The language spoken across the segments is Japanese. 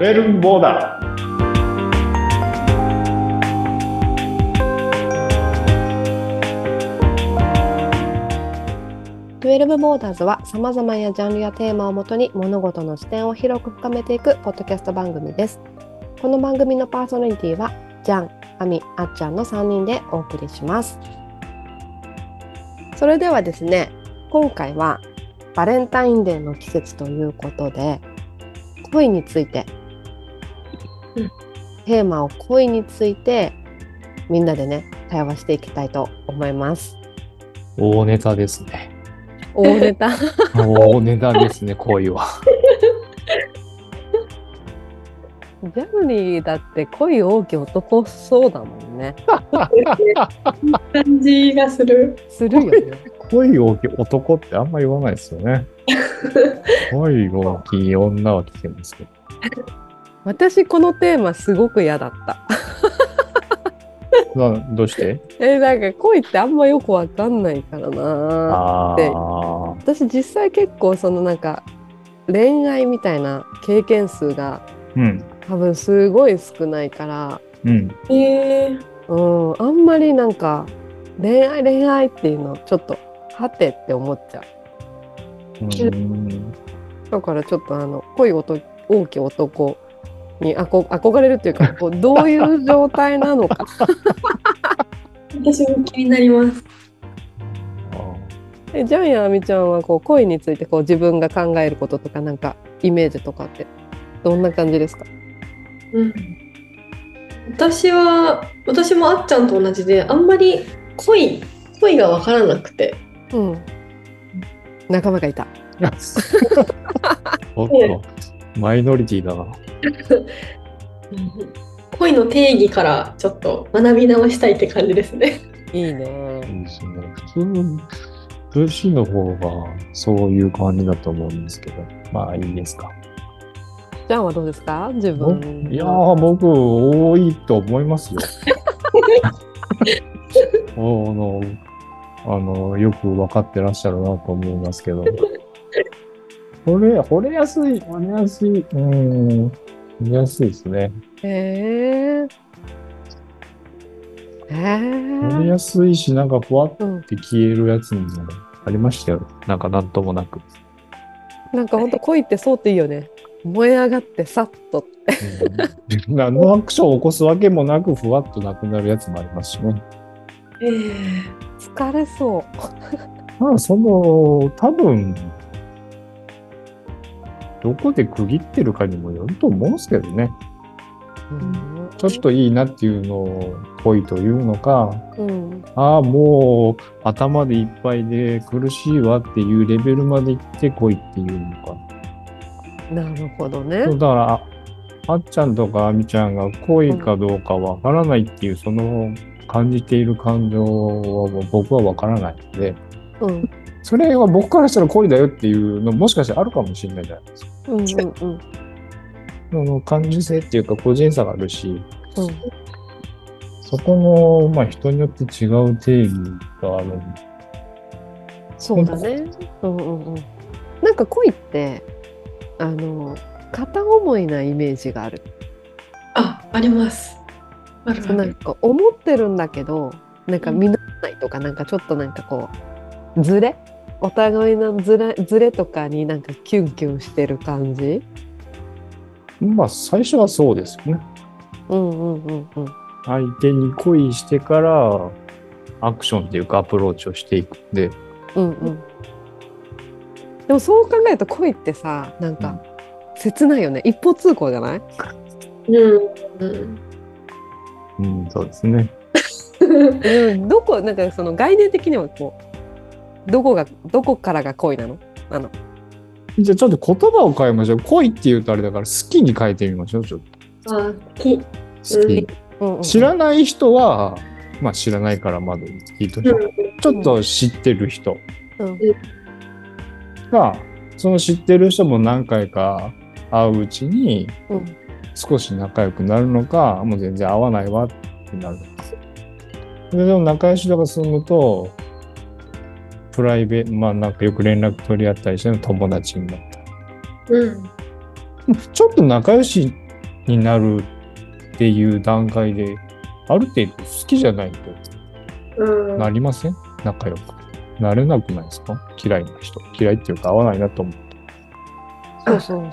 ウェルボーダー。 12ボーダーズは様々なジャンルやテーマをもとに物事の視点を広く深めていくポッドキャスト番組です。この番組のパーソナリティはジャン、アミ、あっちゃんの3人でお送りします。それではですね、今回はバレンタインデーの季節ということで恋について、うんテーマを恋についてみんなでね、対話していきたいと思い ます。大ネタですね。大ネタ大ネタですね、恋は。ジャムリーだって恋多き男そうだもんね。感じがする。するよね。恋大きい男ってあんま言わないですよね。恋大きい女は聞けますけど。私このテーマすごく嫌だった。 などうしてえ、なんか恋ってあんまよくわかんないからな。ああ。私実際結構そのなんか恋愛みたいな経験数がうん。多分すごい少ないから、うん。 えー、うん、あんまりなんか恋愛恋愛っていうのちょっとはてって思っちゃう。うんだからちょっとあの恋をと大きい男にあこ憧れるという かこうどういう状態なの か私も気になります。あえジャンやあみちゃんはこう恋についてこう自分が考えることとかなんかイメージとかってどんな感じですかうん、私は私もあっちゃんと同じであんまり恋恋が分からなくてうん仲間がいたー おっと、マイノリティだな。恋の定義からちょっと学び直したいって感じですね。いいねいいですね。普通、武士の方がそういう感じだと思うんですけど。まあいいですか。ジャンはどうですか自分いやー、僕、多いと思いますよ。あの、あの、よく分かってらっしゃるなと思いますけど。惚れ、惚れやすい、惚れやすい、うーん、惚れやすいですね。へえへ惚れえやすいし、なんかふわっうん、て消えるやつもありましたよ。なんかなんともなく。なんかほんと恋ってそうっていいよね燃え上がってさっと 何のアクションを起こすわけもなく、ふわっとなくなるやつもありますしね。え疲れそうまあ、その、多分、どこで区切ってるかにもよると思うんですけどね。うんちょっといいなっていうのを、恋というのか、うんああ、もう頭でいっぱいで苦しいわっていうレベルまで行って恋っていうのか。なるほどねそ。うだから、ああっちゃんとかあみちゃんが恋かどうかわからないっていう、その感じている感情は僕はわからないので、うん、それは僕からしたら恋だよっていうのもしかしてあるかもしれないじゃないですか。うん、うん、その感受性っていうか個人差があるし、うん、そこの、まあ、人によって違う定義がある。そうだね。うん、うん、うん。なんか恋って、あの、片思いなイメージがある。ああります。あるあなるんか思ってるんだけど、なんか実らないとか、なんかちょっとなんかこう。ズレ、お互いのズレ、ズレとかになんかキュンキュンしてる感じ。まあ、最初はそうですよね。うん、うん、うん、うん。相手に恋してから、アクションっていうかアプローチをしていくんで、うん、うん。でも、そう考えると、恋ってさ、なんか。切ないよね。一方通行じゃない。うんうん、そうですね。うん、 うんどこなんかその概念的にはこうどこがどこからが恋なのあのじゃあちょっと言葉を変えましょう。恋って言うとあれだから、好きに変えてみましょう。ちょっとあき好き。うんうん知らない人は、まあ知らないからまだいいとしようちょっと知ってる人。うんが、その知ってる人も何回か会ううちに、うん少し仲良くなるのか、もう全然会わないわってなるんですよ。ででも仲良しとかするのと、プライベート、まあなんかよく連絡取り合ったりしての友達になった。うん。ちょっと仲良しになるっていう段階で、ある程度好きじゃないとうん。なりません仲良く。なれなくないですか嫌いな人。嫌いっていうか合わないなと思う。そうそう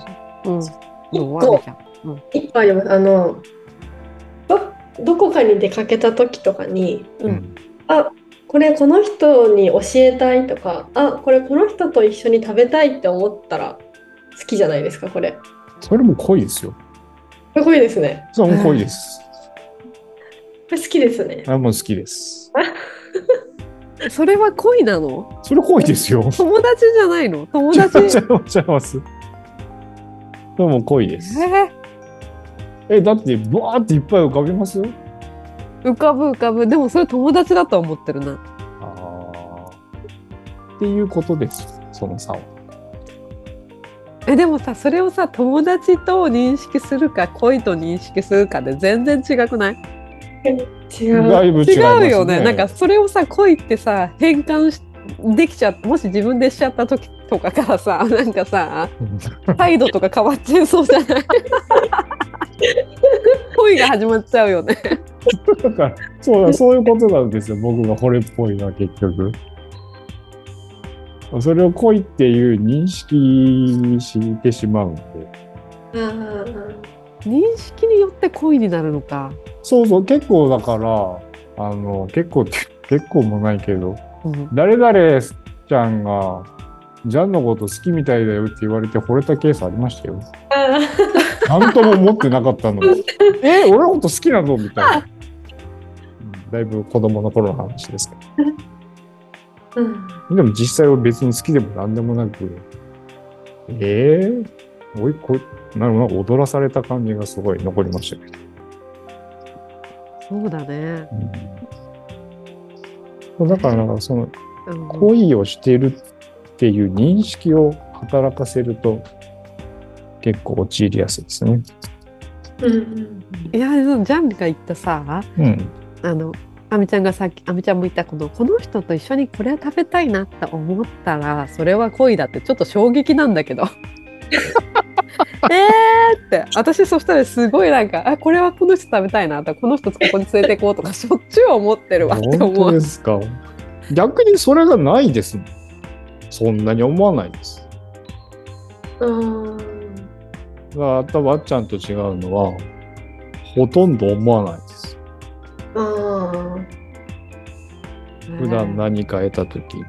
そう。うん。そうあるじゃん。一個あります。あの、ど、どこかに出かけた時とかに、うんこれこの人に教えたいとか、あ、これこの人と一緒に食べたいって思ったら好きじゃないですか、これ。それも恋ですよ。すごいですね。それも恋 です。これ好きですね。あもう好きです。それは恋なのそれ恋ですよ。友達じゃないの友ちゃ達いちゃいます。ちゃいます。それも恋です。ええ、だって、バーっていっぱい浮かびますよ。ー浮かぶ浮かぶ。でもそれ友達だとは思ってるな。ああ。っていうことです。その差は。え、でもさ、それをさ、友達と認識するか、恋と認識するかで全然違くない違う。だいぶ違います、違ね。うよねなんかそれをさ恋ってさ変換しできちゃっもし自分でしちゃった時とかからさ なんかさうん。態度とか変わっちゃいそうじゃない 恋が始まっちゃうよねだから、そうだ、そういうことなんですよ。僕が惚れっぽいのは結局。それを恋っていう認識してしまうんで。あー認識によって恋になるのか、そうそう、結構だから、あの、結構、結構もないけど、うん、誰々ちゃんが、ジャンのこと好きみたいだよって言われて惚れたケースありましたよ。あー。なんとも思ってなかったの に。え、俺のこと好きなのみたいな。うんだいぶ子供の頃の話ですうけん。ど。でも実際は別に好きでも何でもなく、えー、おいこなんかなんか踊らされた感じがすごい残りましたけど。そうだね、うんだからなんかそのうん、恋をしているっていう認識を働かせると結構陥りやすいですね。うんうん。いやでもジャンが言ったさうん。あのアミちゃんがさっきアミちゃんも言ったこのこの人と一緒にこれを食べたいなって思ったらそれは恋だってちょっと衝撃なんだけ ど。えーって私そしたらすごいなんかあこれはこの人食べたいなとかこの人ここに連れて行こうとかしょっちゅう思ってるわって本思当う。ですか。逆にそれがないですもん。そんなに思わないです。あーだからあとわっちゃんと違うのはほとんど思わないです。あー。普段何か得た時に。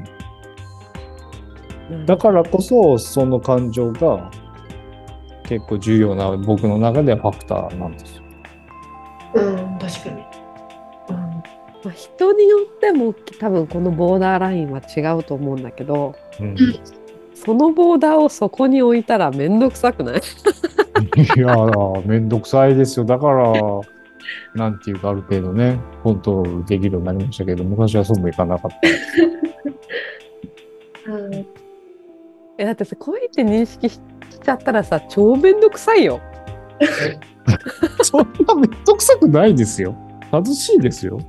うんだからこそその感情が結構重要な僕の中ではファクターなんですよ。うん、確かに。まあ、人によっても多分このボーダーラインは違うと思うんだけどうんそのボーダーをそこに置いたら面倒くさくないいやー、めんどくさいですよ。だから、なんていうか、ある程度ね、コントロールできるようになりましたけど、昔はそうもいかなかった。うん。えだってさ恋って認識しちゃったらさ超面倒くさいよ。 そんなめんどくさくないですよ。楽しいですよ。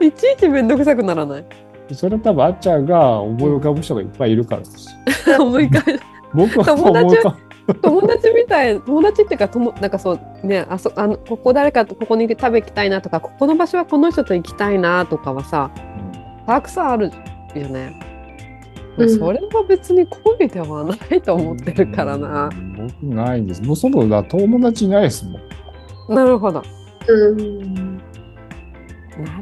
いちいち面倒くさくならない。 それは多分、あっちゃんが思い浮かぶ人がいっぱいいるからです。思い 返す僕は思い浮かぶ。友達みたい友達っていうかともなんかそうねあそあのここ誰かとここに食べ行きたいなとかここの場所はこの人と行きたいなとかはさたくさんあるよね。うんそれは別に恋ではないと思ってるからな。うん。僕ないです。もうそもそもだ友達いないですもん。なるほど。うん。な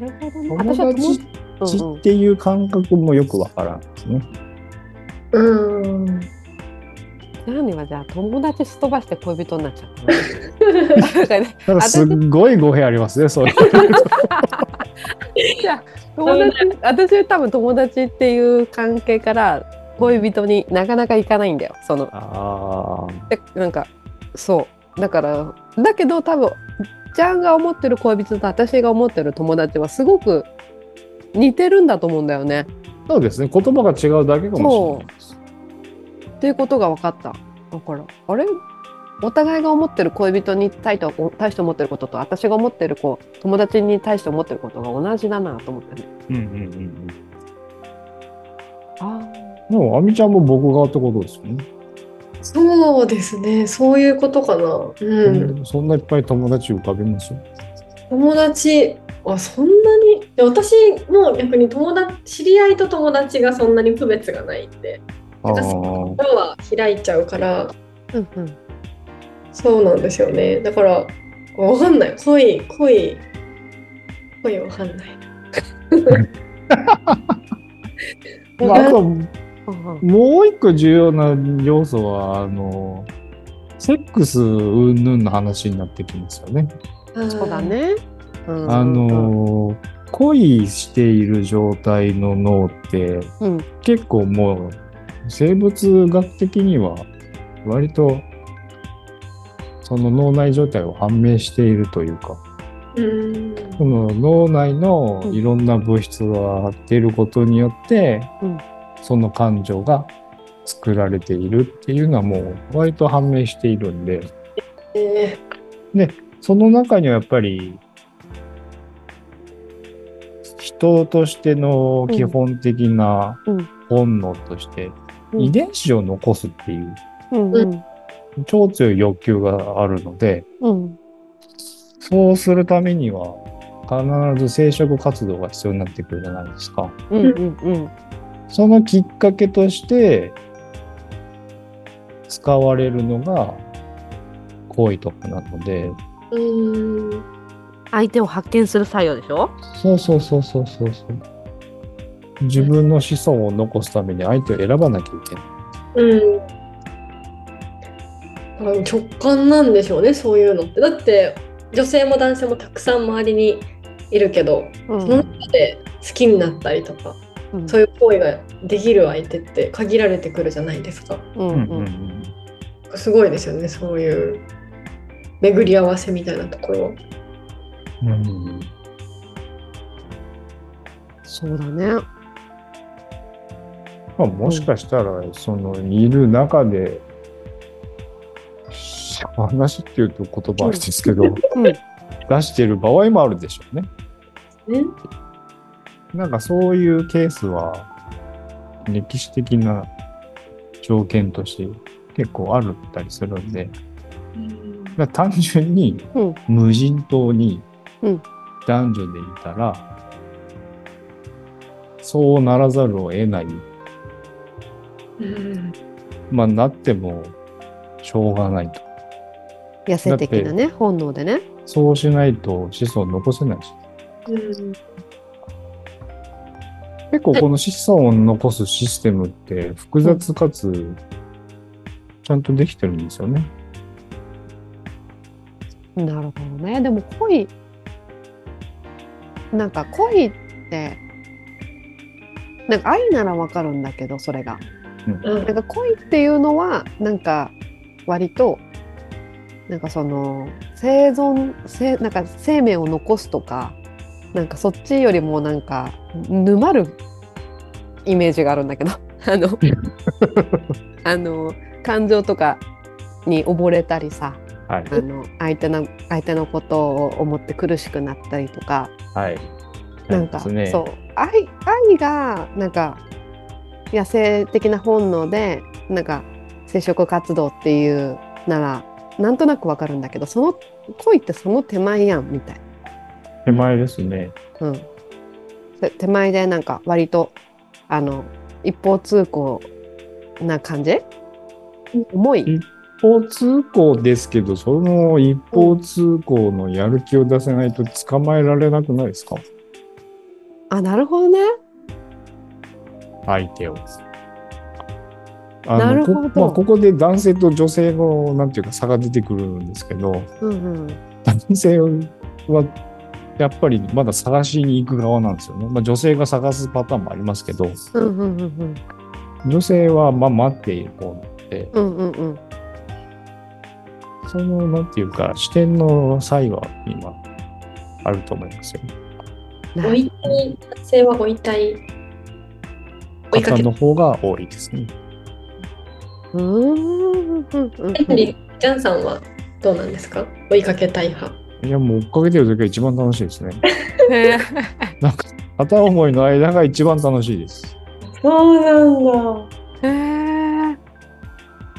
るほどね。私は友友達っていう感覚もよくわからんですね。 うん。うんうん、何はじゃあ友達すっ飛ばして恋人になっちゃっ た。だからすっごい語弊ありますね、そう いう。いや友達私は多分友達っていう関係から恋人になかなか行かないんだよそのああ。でなんかそうだからだけど多分ジャンが思ってる恋人と私が思ってる友達はすごく似てるんだと思うんだよねそうですね。言葉が違うだけかもしれないです。っていうことが分かっただからあれお互いが思ってる恋人に対と対して思ってることと私が思ってる子友達に対して思ってることが同じだなと思ってねうんうんうんうん。あでも、あみちゃんも僕側ってことですよね。そうですね。そういうことかな。うん。そんないっぱい友達浮かべますよ。友達、あ、そんなに。で私も逆に友達、知り合いと友達がそんなに区別がないんで、ああかー、ドアは開いちゃうから、ーうんうんそうなんですよね。だから、わかんない。恋、恋、恋わかんない。まあ、あと、うんうんもう一個重要な要素は、あの、セックス云々の話になってきますよね。そうだ。ね。うんあ、の、恋している状態の脳って、うん結構もう、生物学的には、割と、その脳内状態を判明しているというか、うん。その脳内のいろんな物質が出ることによって、うんその感情が作られているっていうのはもう割と判明しているんでえその中にはやっぱり人としての基本的なうん本能としてうん遺伝子を残すっていううんうん超強い欲求があるのでうんそうするためには必ず生殖活動が必要になってくるじゃないですか。うんうんうんそのきっかけとして使われるのが恋とかなので、ーうん。相手を発見する作用でしょ。そうそうそうそうそうそう。自分の子孫を残すために相手を選ばなきゃいけない。うん。直感なんでしょうね、そういうのって。だって、女性も男性もたくさん周りにいるけど、うんその中で好きになったりとか、うんそういう行為ができる相手って限られてくるじゃないですか。うんうんうんすごいですよね、そういう巡り合わせみたいなところは。うんうんうんそうだね。まあ、もしかしたら、そのいる中で話っていうと言葉あれですけど、うん出してる場合もあるでしょうね。ねなんかそういうケースは歴史的な条件として結構あるったりするんで、だから単純にうん無人島にうん男女でいたら、そうならざるを得ない。うんまあなってもしょうがないと。野生的なね本能でね。そうしないと子孫残せないし。うん結構この子孫を残すシステムって複雑かつちゃんとできてるんですよね。なるほどね。でも恋なんか恋ってなんか愛ならわかるんだけどそれが。うんなんか恋っていうのはなんか割となんかその生存せなんか生命を残すとかなんかそっちよりもなんか沼るイメージがあるんだけど あのあの感情とかに溺れたりさはい。あの相手の相手のことを思って苦しくなったりとかはい。なんか、そうですねそう愛愛がなんか野生的な本能でなんか生殖活動っていうならなんとなくわかるんだけどその恋ってその手前やんみたい手前ですね。な、うん、て手前でなんか割とあの一方通行な感じ重い、一方通行ですけど、その一方通行のやる気を出せないと捕まえられなくないですかあなるほどね相手を。あのなるほどこまあ、ここで男性と女性のなんていうか差が出てくるんですけど、うんうん男性はやっぱりまだ探しに行く側なんですよね。まあ、女性が探すパターンもありますけど、うんうんうん女性はまあ待っている方なので、うんうんうんその、なんていうか、視点の差異は今、あると思いますよ。なご遺体、男性はご遺体。追いか方けの方が多いですね。うーんうんうんヘンリー、ジャンさんはどうなんですか追いかけたい派。いや、もう追っかけてる時が一番楽しいですね。うんへえなんか、片思いの間が一番楽しいです。そうなんだ。へえ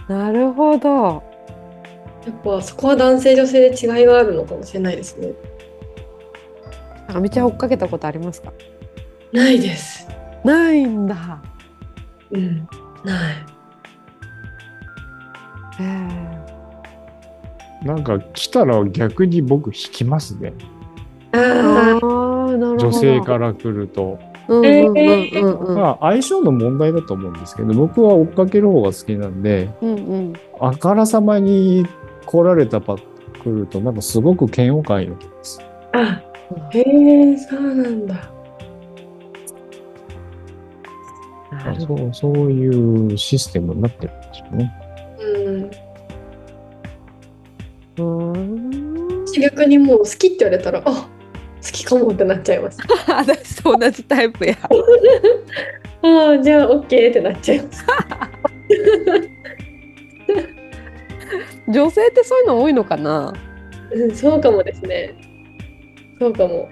なるほどやっぱそこは男性女性で違いがあるのかもしれないですね。あみちゃん追っかけたことありますかないです。ないんだうん。ない。へえなんか来たら逆に僕引きますね。ああーなるほど女性から来ると。うんうんうんうんうんまあ相性の問題だと思うんですけど、僕は追っかける方が好きなんで、うんあからさまに来られたパ来ると、なんかすごく嫌悪感よきます。あ。あへえ、そうなんだ。なるほそうそういうシステムになってるんでしょうね。うん。どうーん私逆にもう好きって言われたら、あ好きかもってなっちゃいます。 私と同じタイプや ああ、じゃあ OK ってなっちゃいます。女性ってそういうの多いのかなうん、そうかもですね。そうかも。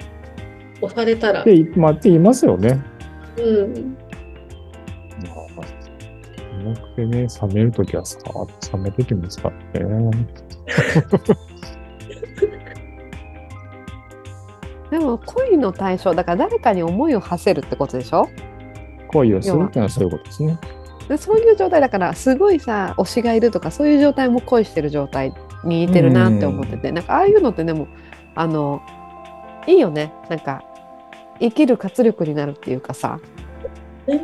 押されたら。で、まあ、って言いますよね。うん。まあ、重くてね、冷めるときはさーっと冷めてきますからね。でも恋の対象だから誰かに思いを馳せるってことでしょ恋をするっていうのはそういうことですね。でそういう状態だからすごいさ推しがいるとかそういう状態も恋してる状態に似てるなって思っててなんかああいうのってでもあのいいよねなんか生きる活力になるっていうかさや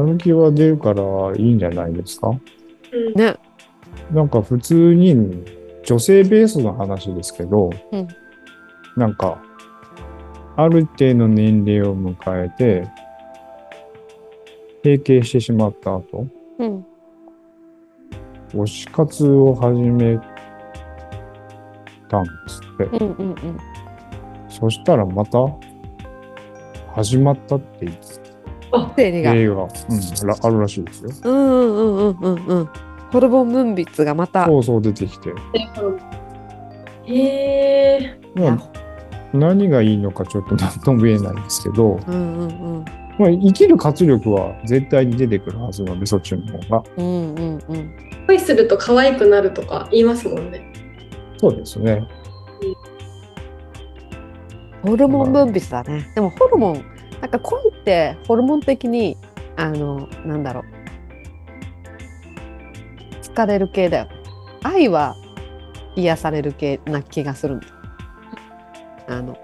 る気は出るからいいんじゃないですか。うんねなんか普通に女性ベースの話ですけど、うんなんかある程度の年齢を迎えて閉経してしまった後うん推し活を始めたんですってうんうんうんそしたらまた始まったって言って生理が映画、うん、らあるらしいですようんうんうんうんうんホルモン分泌がまたそうそう出てきてへえ。いやまあ何がいいのかちょっと何とも言えないんですけど、うんうんまあ、生きる活力は絶対に出てくるはずなんで、そっちの方が。うんうんうんうん恋すると可愛くなるとか言いますもんね。そうですね。ホルモン分泌だね。でもホルモン、なんか恋ってホルモン的に、あの、なんだろう。疲れる系だよね。愛は癒される系な気がするんだ。あの、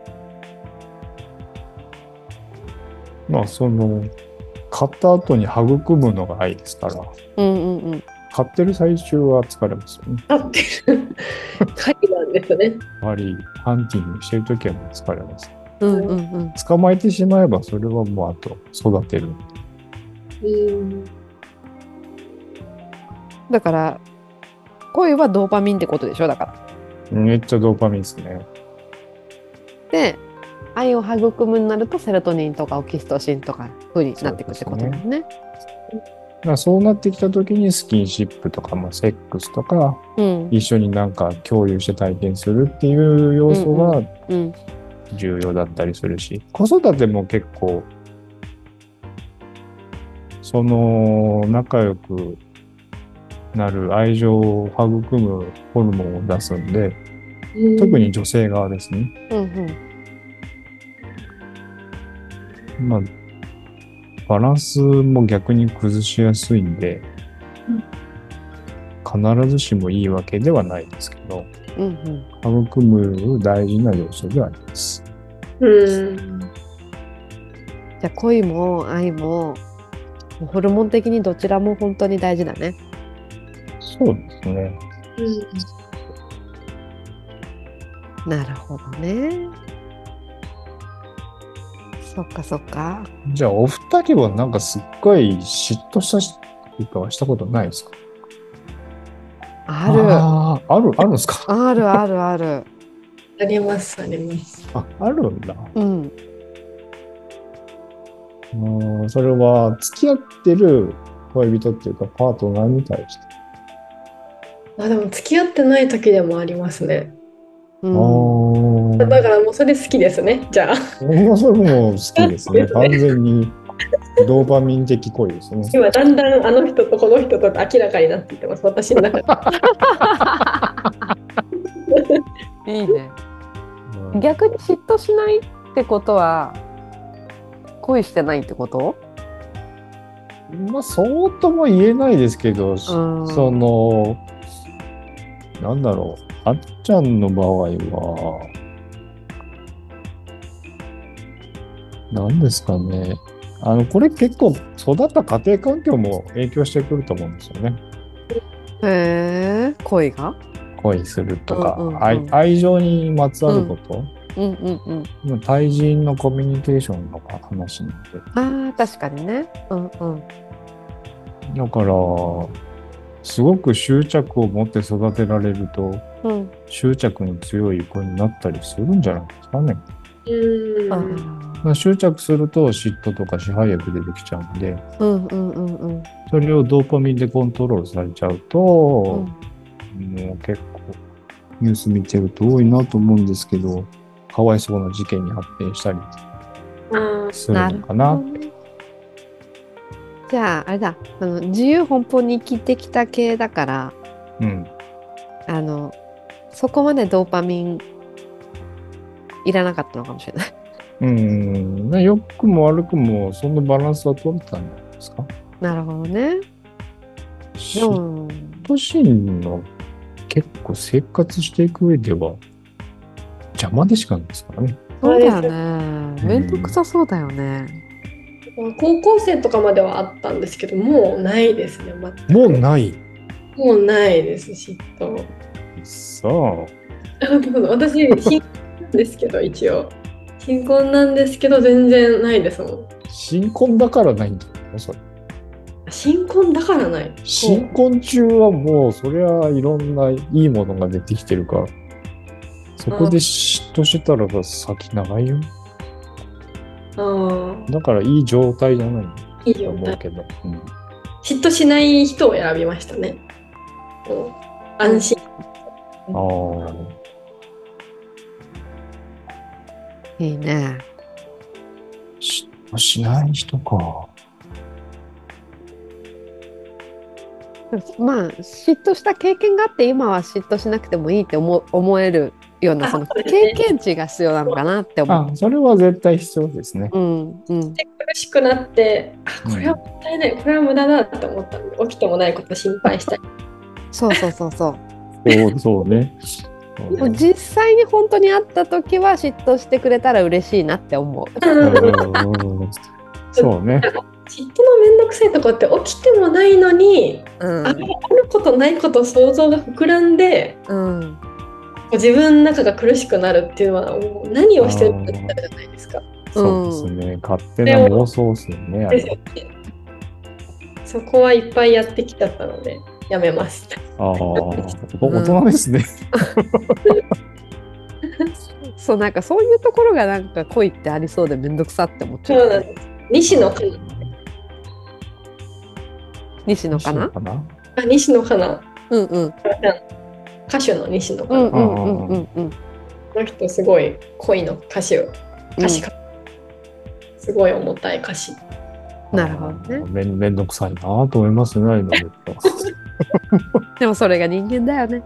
まあ、その、買った後に育むのが愛ですから、うんうんうん。買ってる最中は疲れますよね。合ってる。 会なんですね。やはり、ハンティングしてる時はもう疲れます。うんうんうん。捕まえてしまえば、それはもうあと育てる。うん。だから、恋はドーパミンってことでしょだから。めっちゃドーパミンですね。で、愛を育むになるとセロトニンとかオキシトシンとかふうになってくってことだよね。だからそうなってきた時に、スキンシップとか、まあ、セックスとか、うん一緒になんか共有して体験するっていう要素がうん。重要だったりするし子育ても結構その仲良くなる愛情を育むホルモンを出すんで特に。女性側ですね、うんうん。まあ、バランスも逆に崩しやすいんで必ずしもいいわけではないですけどうんうん。育む大事な要素ではあります。うん。じゃあ恋も愛ももうホルモン的にどちらも本当に大事だね。そうですね。うんなるほどね。そっかそっか。じゃあ、お二人はなんかすっごい嫉妬したしとかはしたことないですかあるああーある、あるんですかるあるある。あります、あります。ああるんだ。うん。うん、それは付き合ってる恋人っていうかパートナーに対して。あ、でも付き合ってない時でもありますね。うん、あだからもうそれ好きですね。じゃ あ。あ。僕はそれも好きですね。完全にドーパミン的行為ですね。今だんだんあの人とこの人と明らかになっていってます私の中でいいね。うん逆に嫉妬しないってことは恋してないってことまあ、そうとも言えないですけど、そうんの、なんだろう、あっちゃんの場合は、なんですかね。あの、これ結構育った家庭環境も影響してくると思うんですよね。へえ恋が恋するとか、うんうんうん愛愛情にまつわること、うんうんうんまあ対人のコミュニケーションの話なので。あー確かにねうんうんだから、すごく執着を持って育てられると、うん執着の強い子になったりするんじゃないですかね。うんあうんーまあ執着すると嫉妬とか支配欲出てきちゃうんで、うんうんうんうんそれをドーパミンでコントロールされちゃうと、もう結構ニュース見てると多いなと思うんですけど、かわいそうな事件に発展したりあするのかな。どねじゃああれだあの自由奔放に生きてきた系だからうん。あのそこまでドーパミンいらなかったのかもしれない うん。で良くも悪くも、そのバランスは取れたんじゃないですか。なるほどねで嫉も妬心の結構生活していく上では、邪魔でしかないですからね。そうだよねうんめんどくさそうだよねー高校生とかまではあったんですけどもうないですね全くもうない。もうないです嫉妬さあ。あ僕私貧困なんですけど一応貧困なんですけど全然ないですもん新婚だからないんだよね、それ。新婚だからない新婚中はもう、そりゃいろんないいものが出てきてるから。そこで嫉妬してたらば先長いよ。ああだからいい状態じゃないいいとよ思うけど。うん嫉妬しない人を選びましたねこう安心あいいねあ、嫉妬しない人か。まあ嫉妬した経験があって今は嫉妬しなくてもいいって思う思えるようなあそのそうですね経験値が必要なのかなって思あそれは絶対必要ですね。う。うんうん、苦しくなってあこれはもったいないこれは無駄だって思ったんで起きてもないこと心配したりそうそうそうそそうそう ね。うもう実際に本当に会った時は嫉妬してくれたら嬉しいなって思うう嫉んそうね。妬のめんどくさいとこって起きてもないのに、うんああることないこと想像が膨らんでうんこう自分の中が苦しくなるっていうのはもう何をしてるんだったらじゃないですか。そうですね。勝手な妄想ですよね。あですれよね。そこはいっぱいやってきちゃったのでやめます。ああ、お大人ですね。そうなんかそういうところがなんか恋ってありそうで面倒くさって思っちゃそうなんうです。西野かな西野かなかなあ西野かなうんうん歌手の西野かうな、んこうんうんうんうんの人すごい恋の歌詞を歌詞か、すごい重たい歌詞。なるほどねあーめんめんどくさいなと思いますね、今見るとでもそれが人間だよ ね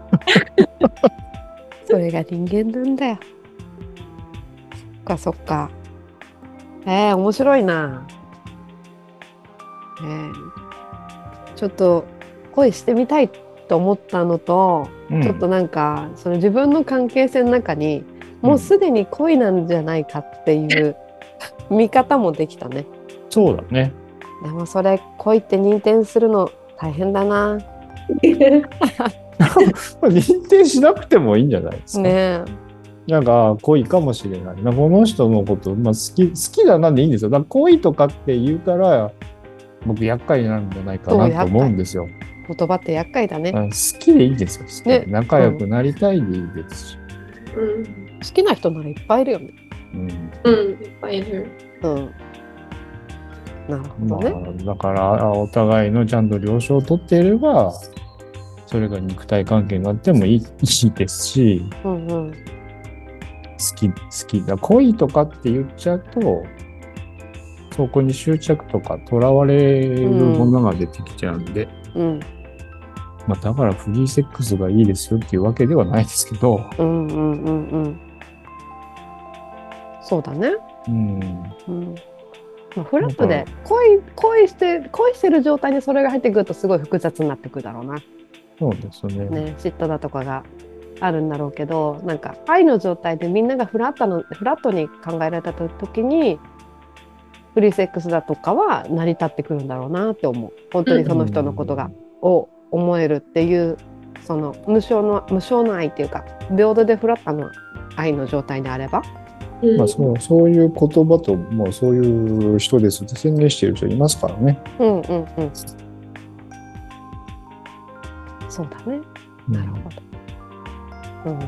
それが人間なんだよそっかそっかえー、面白いなえーちょっと恋してみたいと思ったのと、う んちょっとなんかその自分の関係性の中にもうすでに恋なんじゃないかっていう、 見方もできたねそうだね。 でもそれ恋って認定するの大変だなまあ認定しなくてもいいんじゃないですか。ねなんか、恋かもしれないな。この人のこと、まあ、好き、好きだなんでいいんですよ。だから恋とかって言うから、僕、厄介なんじゃないかなと思うんですよ。言葉って厄介だねあ好きでいいんですよ。好きねで仲良くなりたいでいいですし。うん、好きな人ならいっぱいいるよね。うんうん、いっぱいいる。うん。なるほどまね。あ、だから、お互いのちゃんと了承を取っていれば、それが肉体関係になってもいい いいですし、うんうん。好き、好きだ。恋とかって言っちゃうと、そこに執着とかとらわれるものが出てきちゃうんで、うんまあ、だからフリーセックスがいいですよっていうわけではないですけど、うんうんうんうんそうだねうん、うんまあ、フラットで恋恋して恋してる状態にそれが入ってくるとすごい複雑になってくるだろうな、そうですね。ね、嫉妬だとかがあるんだろうけどなんか愛の状態でみんながフラットのフラットに考えられた時にフリーセックスだとかは成り立ってくるんだろうなって思う本当にその人のことが、を思えるっていうその無償の無償の愛っていうか平等でフラットな愛の状態であれば。うんまあ、そうそういう言葉と、もうそういう人ですって宣言している人いますからね。うんうんうん。そうだね。なるほど。うん。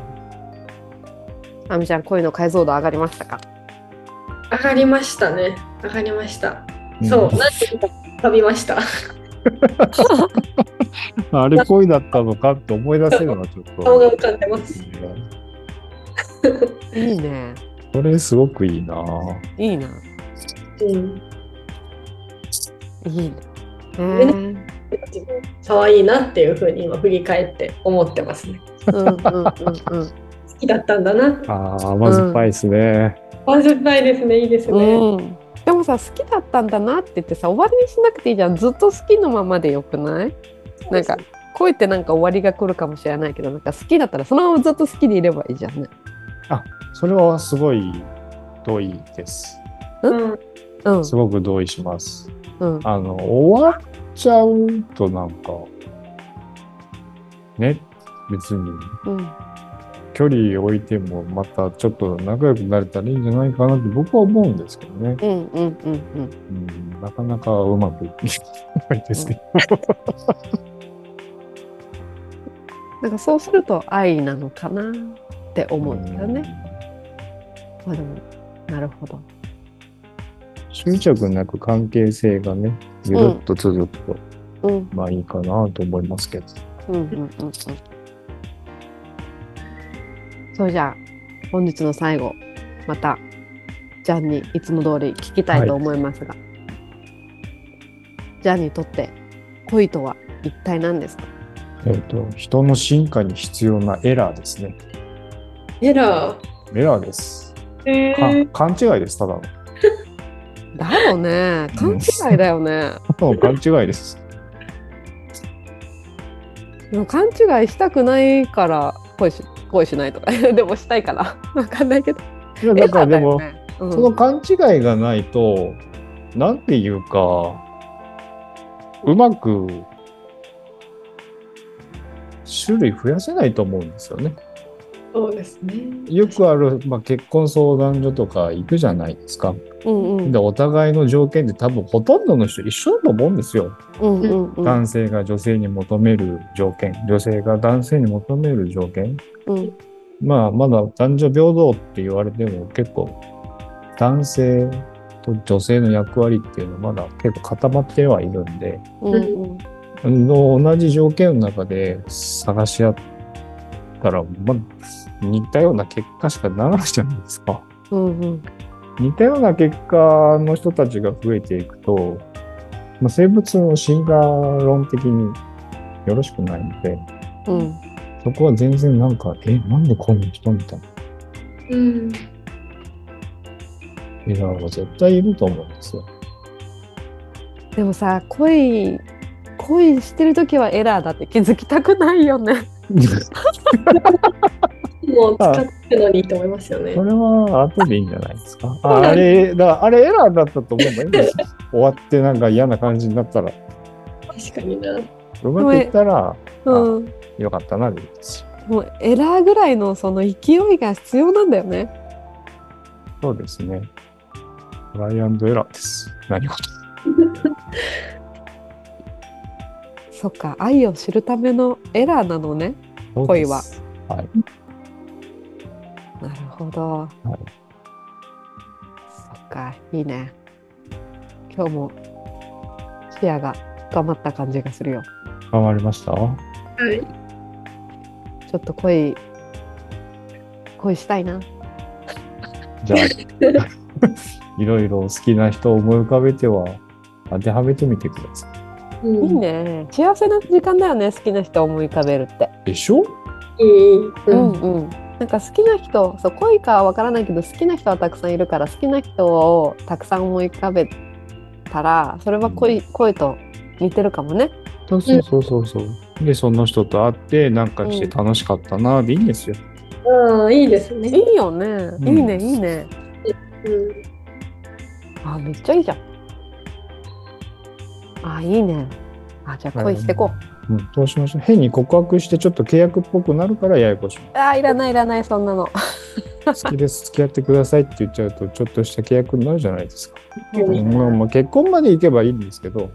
あみちゃん、恋の解像度上がりましたか。上がりましたね。上がりました。うんそう、何人か浮かびました。あれ恋だったのかって思い出せるのはちょっと。顔が浮かんでます。いいね。これすごくいいな。いいな。うん。いいね。えー自分可愛いなっていうふうに今振り返って思ってますね。うんうんうん好きだったんだなって。ああ、甘酸っぱいですね。甘酸っぱいですね。いいですね。うん。うん。でもさ好きだったんだなって言ってさ終わりにしなくていいじゃんずっと好きのままでよくないなんか恋ってなんか終わりが来るかもしれないけどなんか好きだったらそのままずっと好きでいればいいじゃんねそれはすごい同意です。うん。うんすごく同意します。うんあの、終わっちゃうとなんか、ね、別にうん距離置いてもまたちょっと仲良くなれたらいいんじゃないかなって僕は思うんですけどね。うんうんうんうんうん、なかなかうまくいかないですけど。なんかそうすると愛なのかなって思うんだよね。ね。まあでもなるほど。執着なく関係性がね、ゆるっと続くと、うんまあいいかなと思いますけど。うんうんうんうん。それじゃあ本日の最後またジャンにいつも通り聞きたいと思いますが、ジャンにとって恋とは一体何ですか？えっ、と、人の進化に必要なエラーですね。エラー。エラーです。えか勘違いです、ただだろうね。うん勘違いだよね。の。 勘違いです。でも勘違いしたくないから恋し恋しないとか でもしたいからわかんないけど。いや、だからでエラーも、だよねうんその勘違いがないと、なんていうか、うまく、種類増やせないと思うんですよね。そうですね。よくある、まあ、結婚相談所とか行くじゃないですか。うんうんで、お互いの条件って多分ほとんどの人一緒だと思うんですよ。うんうんうん男性が女性に求める条件、女性が男性に求める条件。うんまあ、まだ男女平等って言われても結構、男性と女性の役割っていうのはまだ結構固まってはいるんで、うんの同じ条件の中で探し合ったら、まあ、似たような結果しかならないじゃないですか。うんうん似たような結果の人たちが増えていくと、まあ、生物の進化論的によろしくないので、うんそこは全然なんか、え、なんでこんな人みたいなうん。エラーが絶対いると思うんです よ。でもさ恋恋してる時はエラーだって気づきたくないよ ね。もう使ってるのにいいと思いますよねこ。れは後でいいんじゃないですか。ああれ、だからあれエラーだったと思えばいいん ですよ。終わってなんか嫌な感じになったら、確かにな。うまくいったらうん、よかったなでいいですよ。もうエラーぐらいのその勢いが必要なんだよね。そうですね。トライアンドエラーです。何事そっか愛を知るためのエラーなのね。恋は。そうですはい。なるほど。そっかいいね。今日も視野が深まった感じがするよ。変わりましたはい。ちょっと恋恋したいな。 じゃあ、いろいろ好きな人を思い浮かべては当てはめてみてくださうんいいね幸せな時間だよね好きな人を思い浮かべるってい。でしょいいうんうんうんなんか好きな人そう恋かは分からないけど好きな人はたくさんいるから好きな人をたくさん思い浮かべたらそれは恋,、恋と似てるかもねそうそうそうそうそう。で、その人と会って、なんかして楽しかったな、でいいんですよ。ああいいですいね。いよね、んいいねいいねうんあめっちゃいいじゃんあいいねあじゃあ恋してこうん、そうしましょう。変に告白して、ちょっと契約っぽくなるからややこしい。う、あいらないいらないそんなの好きです、付き合ってくださいって言っちゃうと、ちょっとした契約になるじゃないですか。うんまあまあ、結婚まで行けばいいんですけど、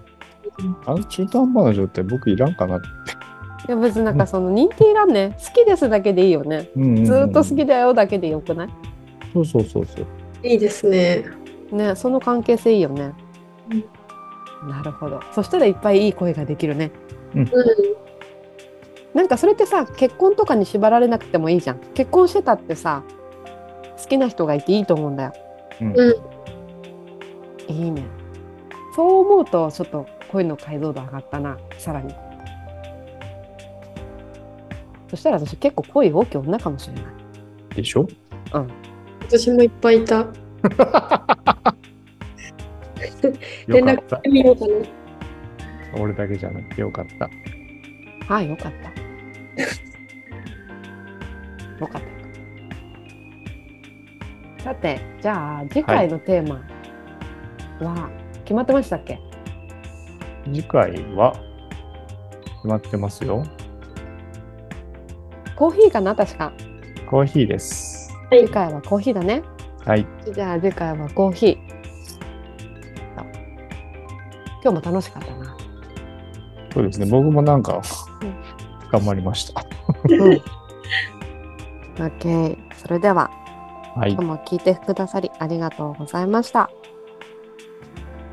あの中途半端な状態、僕いらんかなって。いや別になんかその認定いらんね好きですだけでいいよねうんうんうんずーっと好きだよだけでよくないそうそうそうそう。いいですね。ねその関係性いいよね、なるほどそしたらいっぱいいい声ができるねうなんかそれってさ結婚とかに縛られなくてもいいじゃん結婚してたってさ好きな人がいていいと思うんだようんうんいいねそう思うとちょっと恋の解像度上がったなさらにそしたら私結構恋大きい女かもしれないでしょん私もいっぱいいた。連よ絡かっ。したてみようかな。俺だけじゃなくてよかった。ああよかったよかったさてじゃあ次回のテーマは決まってましたっけ、次回は、決まってますよ。コーヒーかな確かコーヒーです。次回はコーヒーだねはい。じゃあ次回はコーヒーあ今日も楽しかったなそうですね。僕もなんかうん、頑張りました。 OK それでははい今。日も聞いてくださりありがとうございました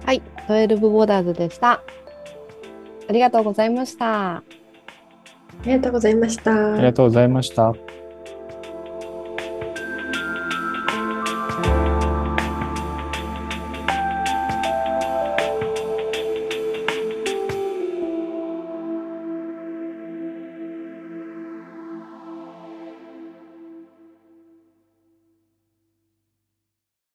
はい12ボーダーズでしたありがとうございましたありがとうございました。ありがとうございました。